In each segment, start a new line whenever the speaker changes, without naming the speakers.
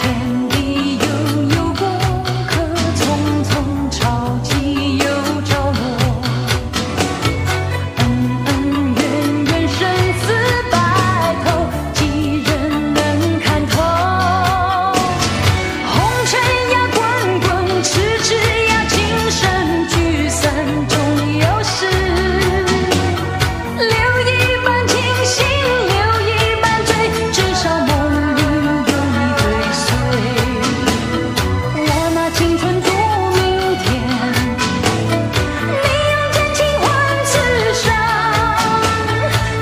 天地悠悠，过客匆匆，潮起又潮落。恩恩怨怨，生死白头，几人能看透？红尘呀，滚滚；痴痴呀，情深。聚散终有时，留一半清醒，留一半醉，至少梦里有你追随。我拿青春赌明天。明天情换此生，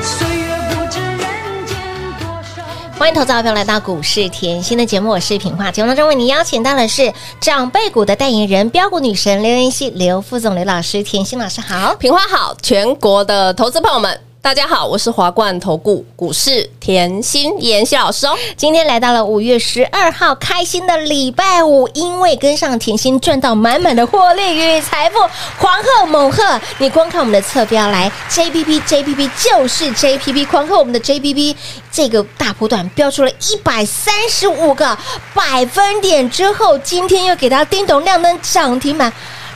岁月不知人间多少。
欢迎投资好朋友来到股市甜心的节目，我是品化。节目当中为您邀请到的是长辈股的代言人标股女神刘妍希、刘副总、刘老师、甜心老师好。
平花好，全国的投资朋友们，大家好，我是华冠投顾股市甜心妍希老师哦。
今天来到了五月十二号，开心的礼拜五，因为跟上甜心赚到满满的获利与财富，狂贺猛贺！你光看我们的侧标来，JPP JPP 就是 JPP，狂贺我们的 JPP 这个大波段标出了一百三十五个百分点之后，今天又给它叮咚亮灯涨停板。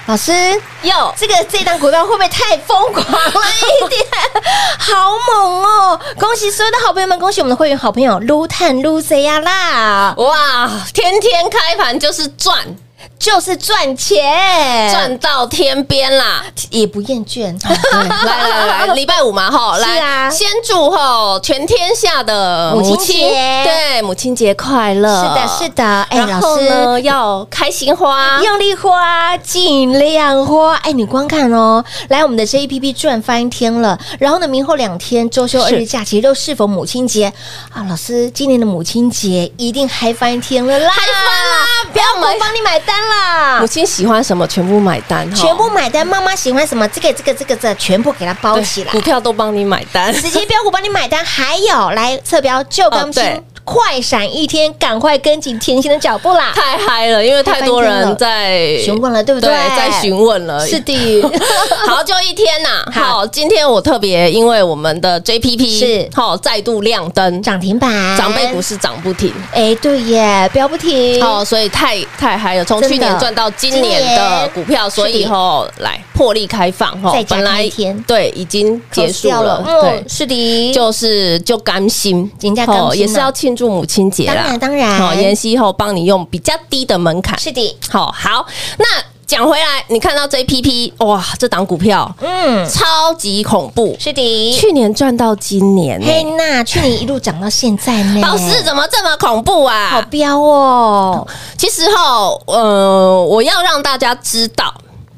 老师，
哟，
这个这档股票会不会太疯狂了一点？好猛哦！ 恭喜所有的好朋友们，恭喜我们的会员好朋友撸探撸贼呀啦，
哇，天天开盘就是赚，
就是赚钱，哦
赚到天边啦！
也不厌倦。啊
来来来，礼拜五嘛吼，
是
来，
啊
先祝吼全天下的
母亲
母亲，
节
对，母亲节 快乐！
是的，是的，哎，
然
老
后
师。
呢，要开心花，
用力花，尽量花。哎，你光看哦，来我们的 JPP 赚翻天了。然后呢，明后两天周休二日
是
假期又是否母亲节啊？老师，今年的母亲节一定嗨翻天了啦！嗨翻啦！不要我帮你买单啦
母！亲喜欢什么全部买单，吼
全部买单，妈妈喜欢什么，这个这个这个这个全部给它包
对
起来
股。票都帮你买 单，
直接标股帮你买单，还有来侧标旧钢
哦
筋
对，
快闪一天，赶快跟紧甜心的脚步啦！
太嗨了，因为太多人在
询问了，对不
对，在询问了。
是的，
好，就一天呐、
好
好，今天我特别因为我们的 JPP
是
好再度亮灯，
涨停板，
长辈股，市涨不停。
哎，对耶，标不停，
哦，所以太太嗨了，从
真的
去年赚到今
今
年的
年
股票，所以吼来破例开放吼
再加
本来
开天
对已经结束
close 掉
了，对
嗯，，是的，
就是就甘心，
人家甘心啊
哦也是要庆祝母亲节
当
啦
然，当然，
好，妍希后帮你用比较低的门槛，
是的，
好好，那讲回来，你看到 JPP，哇，这档股票
嗯，
超级恐怖，
是的，
去年赚到今年、
嘿
欸，
娜，去年一路涨到现在呢，
老师怎么这么恐怖
好
啊？
标哦，
其实哈，呃，我要让大家知道，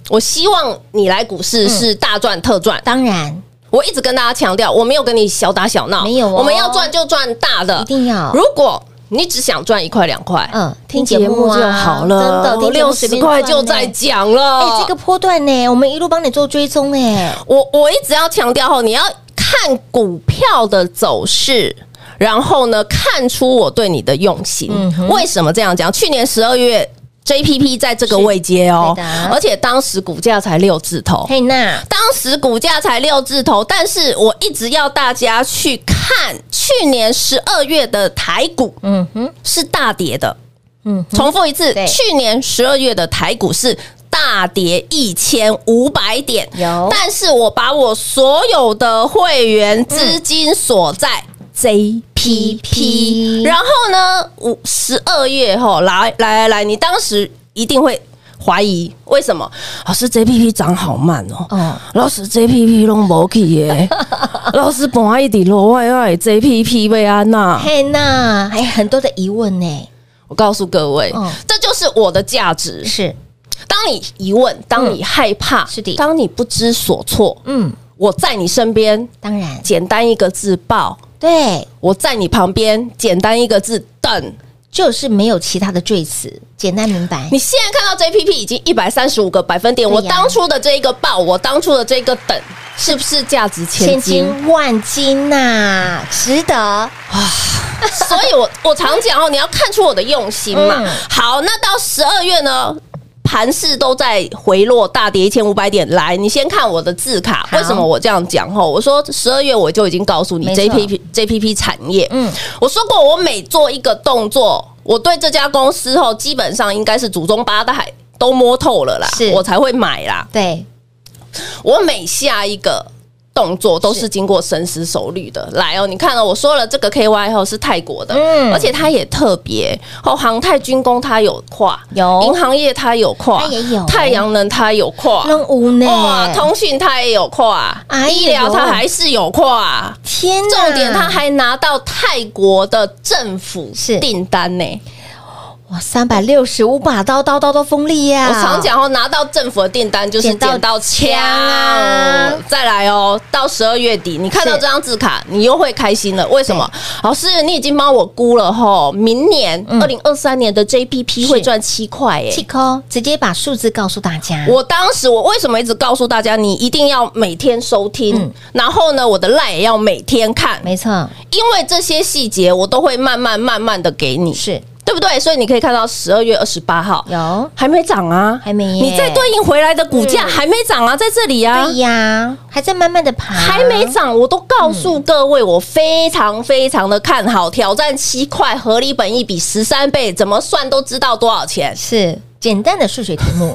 我希望你来股市
嗯
是大赚特赚。
当然
我一直跟大家强调，我没有跟你小打小闹，
没有哦
我们要赚就赚大的，
一定要
如果你只想赚一块两块，
嗯
嗯，
听
听
节
节
目
目
啊
就好了，
真的听节目
六
随
十
便
块
赚
就
呢
在讲了。
哎、这个波段呢，我们一路帮你做追踪哎，
我我一直要强调哦，你要看股票的走势。然后呢，看出我对你的用心。
嗯哼
为什么这样讲？去年十二月，JPP 在这个位阶哦
是对的，
而且当时股价才六字头，
嘿娜，
当时股价才六字头，但是我一直要大家去看去年十二月的台股
嗯哼，
是大跌的，
嗯哼，
重复一次
对，
去年十二月的台股是大跌一千五百点，
有
但是我把我所有的会员资金锁在
嗯 JPP
JPP，然后呢，五十二月吼，来来来来，你当时一定会。怀疑，为什么？老师 JPP 涨好慢哦，
哦
老师 JPP 弄无去 耶，老师本来一直落外外 JPP 被安娜，
嘿那还有很多的疑问呢，
我告诉各位
嗯，
这就是我的价值。
是，嗯
当你疑问，当你害怕，
是的
当你不知所措，
嗯，
我在你身边，
当然，
简单一个字报；
对，
我在你旁边，简单一个字等。
就是没有其他的赘词，简单明白。
你现在看到 JPP 已经一百三十五个百分点，
对呀
我当初的这一个报，我当初的这个等，是不是价值千
千
金？
金万金呐、值得。
所以我我常讲哦，你要看出我的用心嘛。
嗯
好，那到十二月呢？盘势都在回落，大跌一千五百点。来，你先看我的字卡，
好
为什么我这样讲？吼，我说十二月我就已经告诉你
没错
JPP JPP 产业，
嗯
嗯，我说过我每做一个动作，我对这家公司吼基本上应该是祖宗八代都摸透了啦
是，
我才会买啦。
对，
我每下一个动作都是经过深思熟虑的。来哦，你看哦，我说了这个 KY 后是泰国的，
嗯
而且它也特别哦，航太军工它有跨，
有
银行业它有跨，
它也有
太阳能它有跨。
任务呢？
哇，通讯它也有跨，
哎呦嗯
医疗它还是有跨，
天哪，
重点它还拿到泰国的政府
是
订单呢。
哇，三百六十五把刀，刀刀都锋利呀、
我常讲哦，拿到政府的订单就是
啊捡到
捡到枪
枪
啊！再来哦，到十二月底，你看到
是
这张字卡，你又会开心了。为什么？老师，你已经帮我估了吼，明年二零二三年的 JPP
嗯是
会赚七块耶
气。抠，直接把数字告诉大家。
我当时我为什么一直告诉大家，你一定要每天收听，
嗯
然后呢，我的 line 也要每天看，
没错，
因为这些细节我都会慢慢慢慢的给你，
是
对不对？所以你可以看到十二月二十八号
有
还没涨啊，
还没耶嗯
你再对应回来的股价还没涨啊，在这里啊
对，呀，还在慢慢的爬，。
还没涨，我都告诉各位，我非常非常的看好，挑战七块，合理本益比十三倍，怎么算都知道多少钱
是简单的数学题 目，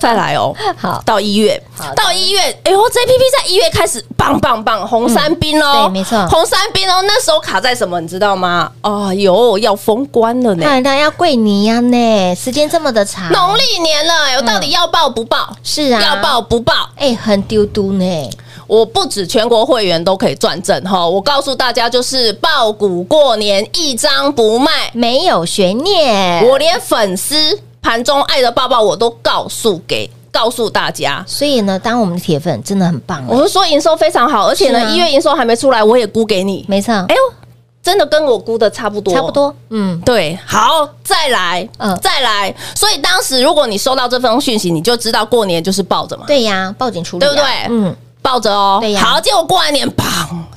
再来哦，
好
到一月
好的，
到一月，哎呦，JPP 在一月开始棒棒棒，红三兵
嗯
喽、
对没错
红三兵哦，那时候卡在什么，你知道吗？哦哟，要封关了呢，
看啊来要跪你呀呢，时间这么的长，
农历年了，哎我到底要报不报？
是啊，
要报不报？
哎、很丢丢呢，
我不止全国会员都可以转正哈，我告诉大家，就是爆股过年一张不卖，
没有悬念，
我连粉丝盘中爱的抱抱我都告诉给告诉大家。
所以呢，当我们的铁粉真的很棒
我
哦，
是说营收非常好，而且
是啊
呢，一月营收还没出来，我也估给你。
没错，
哎呦，真的跟我估的差不多，
差不。多，嗯，
对，好，再来，
嗯
再来。所以当时如果你收到这封讯息，你就知道过年就是抱着嘛，
对呀，报警处理啊，
对不对
嗯，
抱着哦。
对呀
好，结果过完年，砰，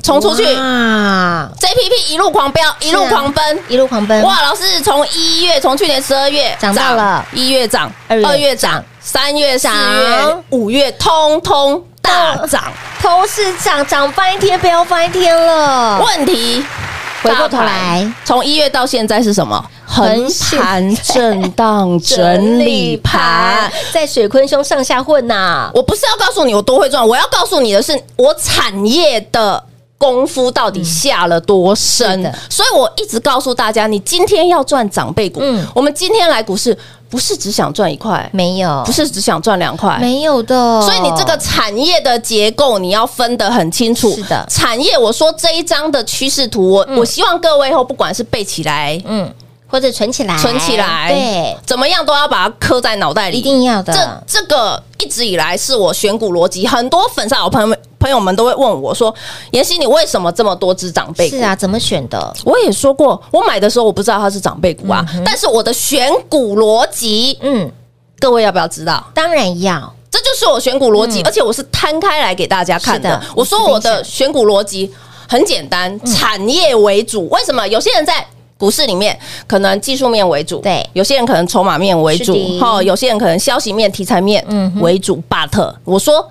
冲出去
啊，
，JPP 一路狂飙，一路
是啊
狂奔。
一路狂奔，
哇，老师从一月，从去年十二月
涨嗯到了
一月涨，
二月
二月涨，三月、四
涨
月、五月，通通大涨。
头是涨涨翻一天，不要翻一天了，
问题
哦回过头
大盘
来
从一月到现在是什么？横
横行
盘震荡整理盘。，
在水坤兄上下混呐，
我不是要告诉你我多会赚，我要告诉你的是我产业的。功夫到底下了多
嗯
深？
是的
所以我一直告诉大家，你今天要赚长辈股。
嗯
我们今天来股市，不是只想赚一块，
没有，
不是只想赚两块。
哦没有的，
所以你这个产业的结构你要分得很清楚。
是的
产业我说这一张的趋势图，我、我希望各位以后不管是背起来、
嗯，或者存起来，
存起来，
哎对，，
怎么样都要把它刻在脑袋里，
一定要的，
这这个一直以来是我选股逻辑，很多粉丝好朋友们朋友们都会问我说：“妍希，你为什么这么多只长辈股？”
是啊，怎么选的？
我也说过，我买的时候我不知道它是长辈股啊，但是我的选股逻辑，
嗯，
各位要不要知道？
当然要，
这就是我选股逻辑，而且我是摊开来给大家看的。
嗯是的
我说我的选股逻辑很简单，产业为主。为什么有些人在？股市里面可能技术面为主，
对
有些人可能筹码面为
是
主
的，嗯
哈、有些人可能消息面、题材面为主。but 我说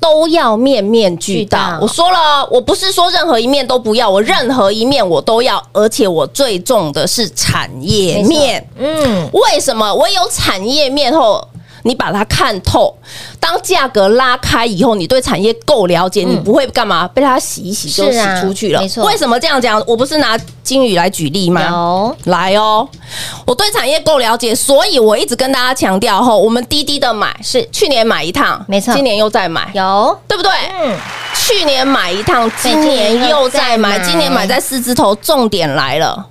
都要面面俱到。
俱到
我说了哦，我不是说任何一面都不要，我任何一面我都要，而且我最重的是产业
没错
面。
嗯，
为什么我有产业面后？你把它看透。当价格拉开以后，你对产业够了解，你不会干嘛被它洗一洗就洗
是啊
出去了。
没错
为什么这样讲？我不是拿金鱼来举例吗？
有
来哦，我对产业够了解，所以我一直跟大家强调吼，我们低低的买是去年买一趟，
没错
今年又再买，
有，
对不对？
嗯，
去年买一趟，今年又再买，
今年又再买
今年买在四字头，重点来了，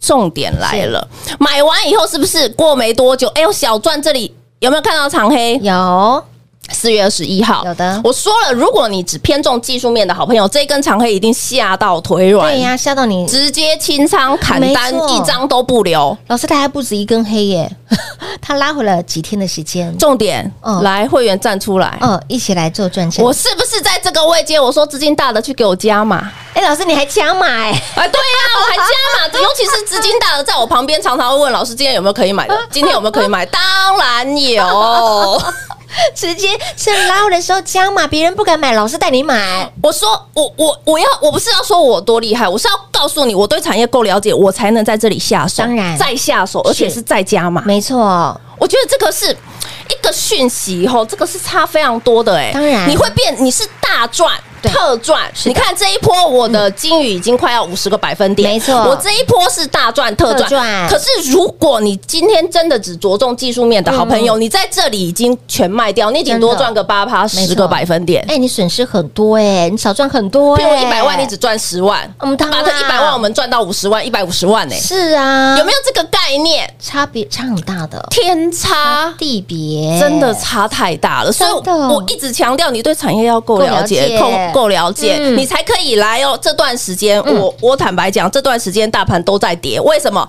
重点来了，买完以后是不是过没多久？哎呦，小赚这里。有没有看到长黑？
有，
四月二十一号，
有的
我说了，如果你只偏重技术面的好朋友，这一根长黑一定吓到腿软，
对呀，吓到你。
直接清仓砍单，
没错
一张都不留。
老师，他还不止一根黑耶， 他拉回了几天的时间。
重点，
嗯
来会员站出来。
哦，一起来做赚钱。
我是不是在这个位阶？我说资金大的去给我加码，
哎，老师你还加码哎？
哎，对呀、我还加码，尤其是资金大的在我旁边，常常会问老师今天有没有可以买的，今天有没有可以买？当然有。
直接趁拉回的时候加码，别人不敢买，老师带你买。
我说我我我要我不是要说我多厉害，我是要告诉你我对产业够了解，我才能在这里下手，
当然
再下手，而且
是
是再加码。
没错，
我觉得这个是一个讯息吼，这个是差非常多的哎、
当然
你会变，你是大赚。
对
特赚，你看这一波，我的金宇已经快要五十个百分点，
没错
我这一波是大赚特
特赚
赚。可是如果你今天真的只着重技术面的好朋友，你在这里已经全卖掉，你顶多
嗯真的
赚个八趴
没
十
错
个百分点。
哎，你损失很多哎，你少赚很多
譬
哎。
如一百万，你只赚十万，
嗯当然
把这一百万我们赚到五十万，一百五十万呢、欸
是啊，
有没有这个概念？
差别差很大的哦
天差
地别？
真的差太大了，所以
真的
我一直强调，你对产业要够了解，
够
够
了解
够了解，
嗯
你才可以来哦。这段时间，我我坦白讲，这段时间大盘都在跌，为什么？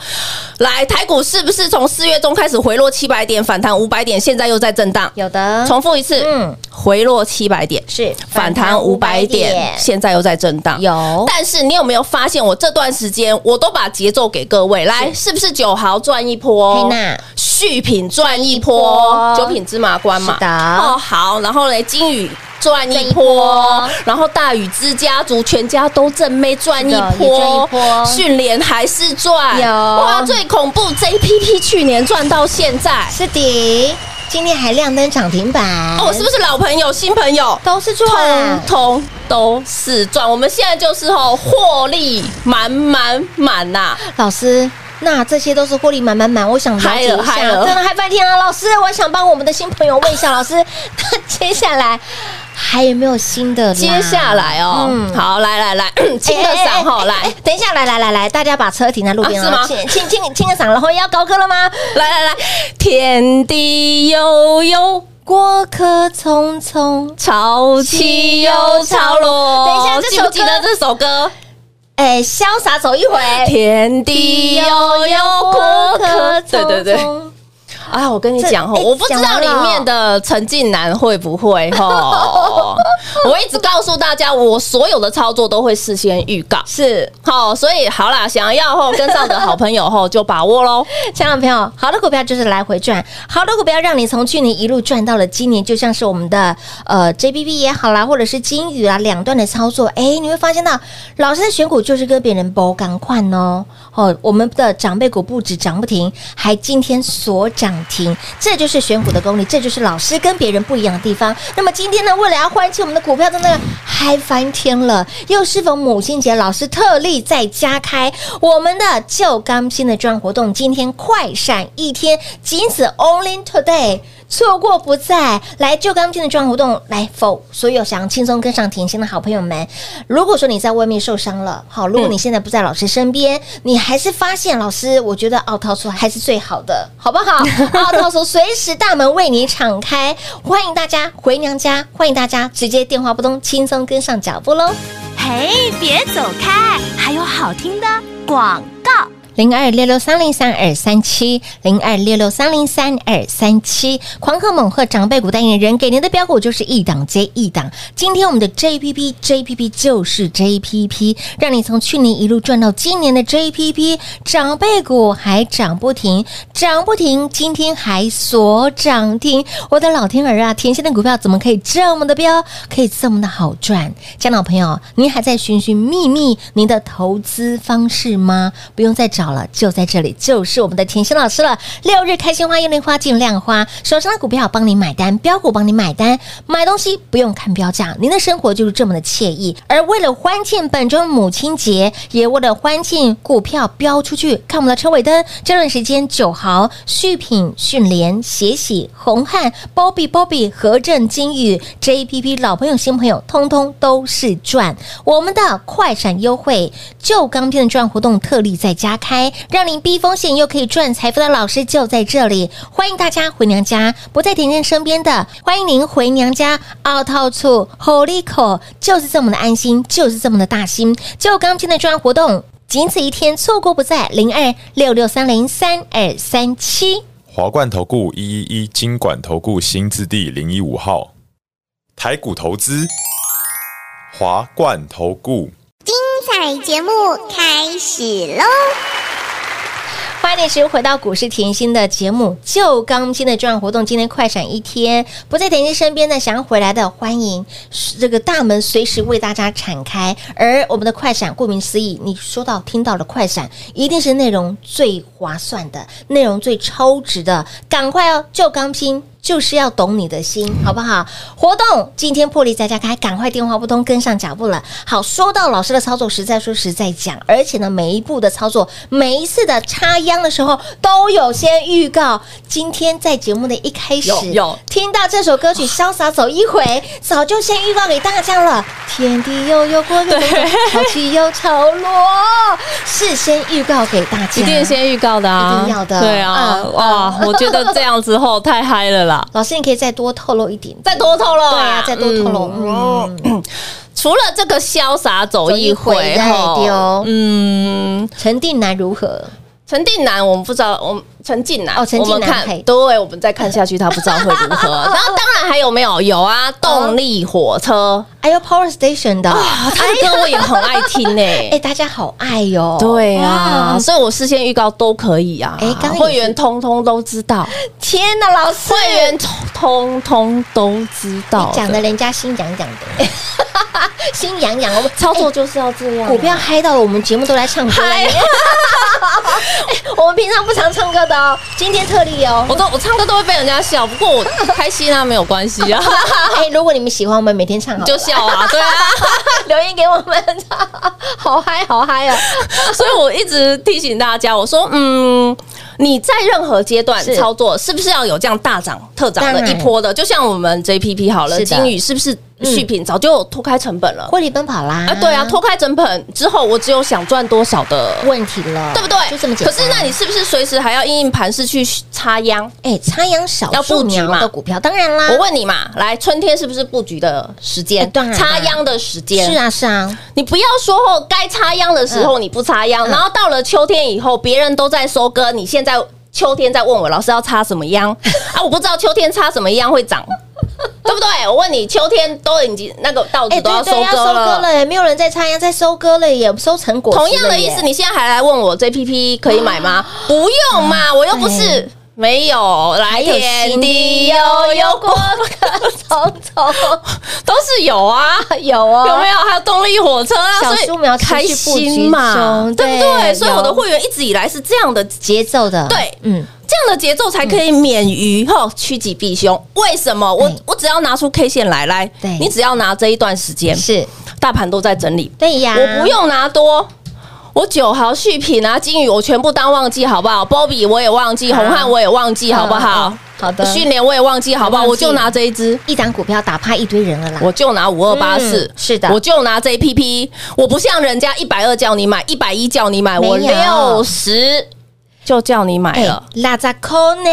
来，台股是不是从四月中开始回落七百点，反弹五百点，现在又在震荡？
有的，
重复一次，
嗯
回落七百点
是
反弹五百点，现在又在震荡。
有
但是你有没有发现，我这段时间我都把节奏给各位，来，是不是九豪赚一波
黑？娜
哦续品赚一
赚
波
一波，
九品芝麻官嘛。
是的
哦，好，然后嘞，金宇。赚
赚
一
一
波
波，
然后大宇之家族全家都正妹赚一
是的也赚一
波
波，
训练还是赚，
有
哇，最恐怖 JPP 去年赚到现在，
是的，今天还亮灯涨停板啊
哦，是不是老朋友、新朋友？
都是
通
赚？
通都是赚，我们现在就是吼获利满满满呐！
老师。那这些都是获利满满满，我想了解一下，
嗨了嗨了
真的嗨翻天啊了、老师，我想帮我们的新朋友问一下，老师， 那接下来还有没有新的啦？
接下来哦，
嗯
好，来来来，清个
哎
嗓吼，来
哎哎等一下，来来来来，大家把车停在路边哦
啊是吗
清清清清个嗓，然后要高歌了吗？
来来来，天地悠悠，
过客匆匆，
潮起又潮落。
等一下这
记
首
不
歌
记得这首歌？
哎，潇洒走一回。
哎天地悠悠，过
哎
客。对对对。啊，我跟你讲吼，
这哎
我不知道
讲完
里
了
面的陈近南会不会 吼。我一直告诉大家，我所有的操作都会事先预告。
是，
好，所以好啦，想要吼跟上的好朋友吼 就把握喽。
亲爱的朋友，好的股票就是来回赚，好的股票让你从去年一路赚到了今年，就像是我们的呃 JBB 也好啦，或者是金宇啊，两段的操作，哎，你会发现到老师在选股就是跟别人不赶快哦，哦，我们的长辈股不止涨不停，还今天所涨停，这就是选股的功力，这就是老师跟别人不一样的地方。那么今天呢，为了要欢庆我们的股票真的嗨翻天了，又是否母亲节，老师特例再加开我们的旧钢新的专案活动，今天快闪一天，仅此 only today。错过不再来旧钢筋的专案活动来否？所有想要轻松跟上甜心的好朋友们，如果说你在外面受伤了，好，如果你现在不在老师身边，你还是发现老师，我觉得奥涛出还是最好的，好不好？奥涛出随时大门为你敞开，欢迎大家回娘家，欢迎大家直接电话拨通，轻松跟上脚步喽。
嘿，别走开，还有好听的广告。
零二六六三零三二三七，零二六六三零三二三七，狂贺猛贺长辈股代言人给您的标股就是一档接一档。今天我们的 JPP JPP 就是 JPP，让你从去年一路赚到今年的 JPP，长辈股还涨不停，涨不停，今天还所涨停。我的老天儿啊，甜心的股票怎么可以这么的飙，可以这么的好赚？家长朋友，您还在寻寻觅觅您的投资方式吗？不用再找。少了，就在这里，就是我们的甜心老师了。六日开心花、夜丽花、尽量花，手上的股票帮你买单，标股帮你买单，买东西不用看标价，您的生活就是这么的惬意。而为了欢庆本周母亲节，也为了欢庆股票飙出去，看我们的车尾灯，这段时间九豪、旭品、迅联、协喜、红汉、Bobby Bobby、和正、金宇、JPP 老朋友、新朋友，通通都是赚。我们的快闪优惠旧钢片的赚活动特例在家开，让您低风险又可以赚财富的老师就在这里，欢迎大家回娘家，不在甜甜身边的，欢迎您回娘家。奥套处 Holy 口就是这么的安心，就是这么的大心。旧钢片的赚活动。仅此一天，错过不再。零二六六三零三二三七。
华冠投顾一一一金管投顾新字第零一五号，台股投资，华冠投顾。
彩节目开始喽！
欢迎时又回到股市甜心的节目，旧钢筋的赚活动，今天快闪一天，不在甜心身边的想要回来的，欢迎这个大门随时为大家敞开。而我们的快闪，顾名思义，你说到听到的快闪，一定是内容最划算的，内容最超值的，赶快哦，旧钢筋。就是要懂你的心，好不好？活动今天破例在家开，赶快电话不通，跟上脚步了。好，说到老师的操作，实在说实在讲，而且呢，每一步的操作，每一次的插秧的时候，都有先预告。今天在节目的一开始，
有有
听到这首歌曲《潇洒走一回》，早就先预告给大家了。天地悠悠，过悠悠，潮起又潮落，事先预告给大家。
一定先预告的啊，
一定要的
对啊，
嗯
哇，我觉得这样之后太嗨了啦！
老师，你可以再多透露一点，
再多透露啊
对啊，再多透露。嗯，
除了这个潇洒走一回
哈，对
哈，
哦
嗯，
陈定南如何？
陈定南我们不知道，我们陈近南
哦陈
我
近南
们看
嘿
对，我们再看下去，他不知道会 如何。然后当然还有没有有啊，动力火车
哎呦，Power Station 的，
啊，他的歌我也很爱听
哎，
诶。
大家好爱哟。
对啊，
哇
所以我事先预告都可以啊
哎刚刚也，是
会员通通都知道，
天哪，老师，
会员通通通都知道
你，讲的人家心痒痒的， 心痒痒。我们
操作就是要这样啊，
股票嗨到了，我们节目都来唱歌了。哎 我们平常不常唱歌的哦，今天特例哦。
我都我唱歌都会被人家笑，不过我开心啊，没有关系啊，
哎，如果你们喜欢，我们每天唱好了，
就笑啊， 对啊，
留言给我们，好嗨好嗨哦！
所以我一直提醒大家，我说，嗯，你在任何阶段
是
操作，是不是要有这样大涨特涨
当
的
然
一波的？就像我们 JPP 好了，
是的嗯
金宇是不是续品早就有脱开成本了？
获利奔跑啦！
啊，对啊，脱开成本之后，我只有想赚多少的。
问题了，
对不对？
就这么简
可
单。
是，那你是不是随时还要因应盘势去插秧？
哎，插秧小
要布
树
局
苗
嘛
的股票，当然啦，
我问你嘛，来，春天是不是布局的时
哎
间？
当然
插秧的时间
是啊是啊，
你不要说哦，该插秧的
嗯
时候你不插秧，然后到了秋天以后，别人都在收割，你现在秋天在问我老师要插什么 秧啊？我不知道秋天插什么秧会长，对不对？我问你，秋天都已经那个稻
哎，
子都
对
要收
对，要
割
收割
了。
了耶，没有人在插秧，在收割了耶，收成果实了
同
耶。啊
样的意思，你现在还来问我 JPP 可以买吗？不用嘛，我又不是
对
没有来
哎有
天
心
地
地
悠
悠
悠
悠
过，
从 从
都是有啊，
有哦，
有没有？还有动力火车啊，
小
所以
树苗持续
开
布
心
局
嘛，
中
对不
对
对？所以
有
我的会员一直以来是这样的节
节奏的？
对
嗯，
这样的节奏才可以免于吼趋吉避凶。为什么？我
对
我只要拿出 K 线来，来
嗯对，
你只要拿这一段时间，
是
大盘都在整理，
对呀，
我不用拿多。我九豪续品啊，金宇我全部当忘记好不好？Bobby 我也忘记，
好
红汉我也忘记
嗯
好不好
嗯？好的
训练我也忘记好不好？
我
我
忘记
就拿这一支，
一档股票打趴一堆人了啦。
我就拿五二八四
嗯，是的
我就拿 JPP，我不像人家一百二叫你买，一百一叫你买，
没有
我六十就叫你买
哎
了。，
拉扎扣呢？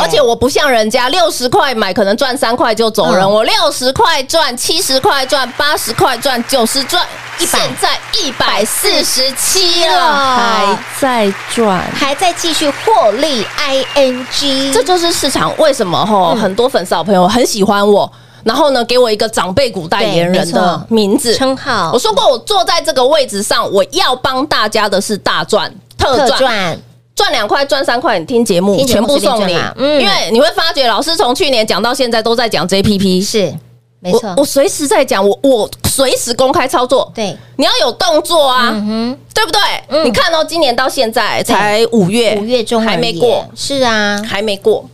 而且我不像人家六十块买，可能赚三块就走人。
嗯
我六十块赚，七十块赚，八十块赚，九十赚，现
100
在一百四十七了，
了
还在赚。
还在继续获利，ing，
这就是市场为什么吼、很多粉丝好朋友很喜欢我，然后呢，给我一个长辈股代言人
对没
的
错
名字
称号
我说过，我坐在这个位置上，我要帮大家的是大赚特
特
赚。
赚，
赚两块，赚三块，你听节目
听节
全
目
部送
随
你
便赚啦，嗯
因为你会发觉老师从去年讲到现在都在讲 JPP，
是没
我
错
我。随时在讲，我我随时公开操作，
对，
你要有动作啊，
嗯
对不对？
嗯
你看哦，今年到现在才五月，
哼，五月中而已
还没过，，
是啊，
还没过。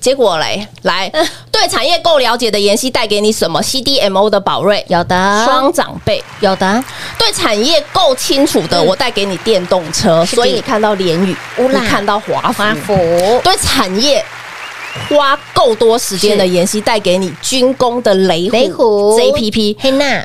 结果嘞，来
嗯
对产业够了解的妍希带给你什么？CDMO 的宝瑞
有的
双长辈，
有的，
对产业够清楚的，
嗯
我带给你电动车。
是的
所以你看到联宇，
乌
你
拉
看到华孚
华府
对产业花够多时间的妍希带给你军工的雷虎
雷虎
JPP，
黑娜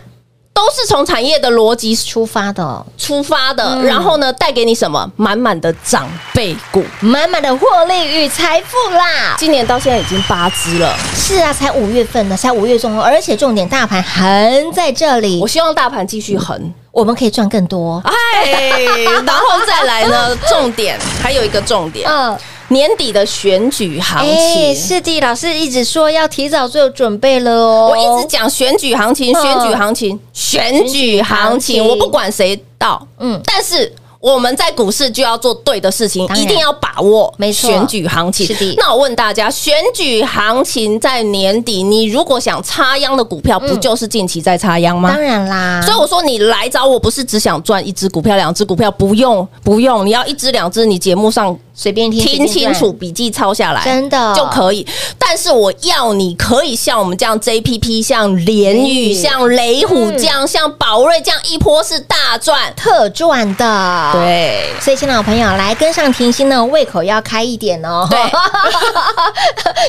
都是从产业的逻辑
出发的哦，
出发的，
嗯
然后呢，带给你什么？满满的长辈股。
满满的获利与财富啦。
今年到现在已经八只了，
是啊，才五月份呢，才五月中哦，而且重点大盘还在这里
我，希望大盘继续横，
我们可以赚更多。
哎，然后再来呢，重点还有一个重点，
嗯，
年底的选举行
哎，
情。
是的，老师一直说要提早做准备了哦。
我一直讲选举行情，
嗯
选举行情，选举行
选举行
情，
情
我不管谁到，
嗯
嗯，但是。我们在股市就要做对的事情
当，然
一定要把握
没错
选举行情。
是的
那我问大家，选举行情在年底，你如果想插秧的股票，不
嗯
就是近期在插秧吗
当？然啦，
所以我说你来找我不是只想赚一只股票、两只股票，不用不用，你要一只两只，你节目上
随便听，
听
随便
清
赚
楚，，笔记抄下来，
真的
就可以。但是我要你可以像我们这样 JPP，像联
联宇
宇、嗯像雷虎这样、像宝瑞这样一波是大赚。
特赚的。。
对，
所以，新老朋友来跟上甜心呢，胃口要开一点哦。
对，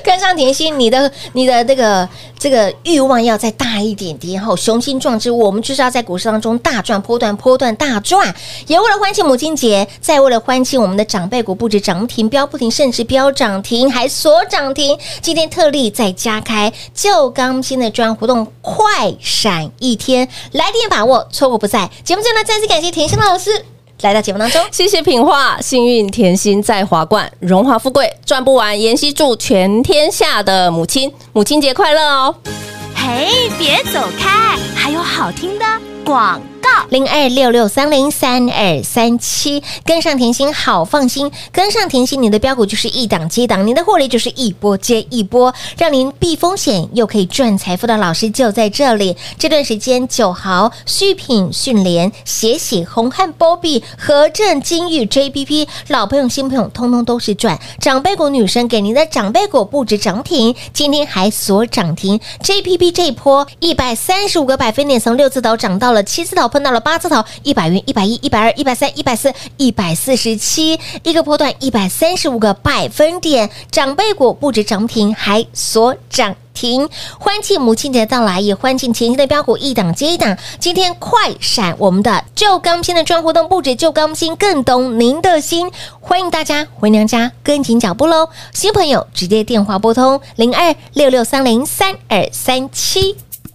跟上甜心，你的你的这个这个欲望要再大一点点吼，雄心壮志，我们就是要在股市当中大赚、波段、波段大赚。也为了欢庆母亲节，再为了欢庆我们的长辈股，不止涨停、标不停，甚至标涨停，还锁涨停。今天特例再加开旧钢新的专案活动，快闪一天，来电把握，错过不再。节目最后呢，再次感谢甜心老师来到节目当中。
谢谢品画，幸运甜心在华冠，荣华富贵赚不完。妍希祝全天下的母亲母亲节快乐哦！
嘿，别走开，还有好听的广告。
零二六六三零三二三七，跟上甜心好放心，跟上甜心，你的标股就是一档接一档，您的获利就是一波接一波，让您避风险又可以赚财富的老师就在这里。这段时间，九豪、旭品、迅联、血洗、红汉、波比、和正、金玉、JPP，老朋友、新朋友，通通都是赚。长辈股女生给您的长辈股不止涨停，今天还锁涨停。JPP 这一波一百三十五个百分点，从六字头涨到了七字头，碰到了八字头，一百元、一百一、一百二、一百三、一百四、一百四十七，一个波段一百三十五个百分点，长辈股不止涨停，还锁涨。停！欢庆母亲节的到来，也欢庆前期的标股一档接一档。今天快闪我们的旧钢筋的专案活动，不止旧钢筋，更懂您的心。欢迎大家回娘家跟紧脚步喽！新朋友直接电话拨通零二六六三零三二三七。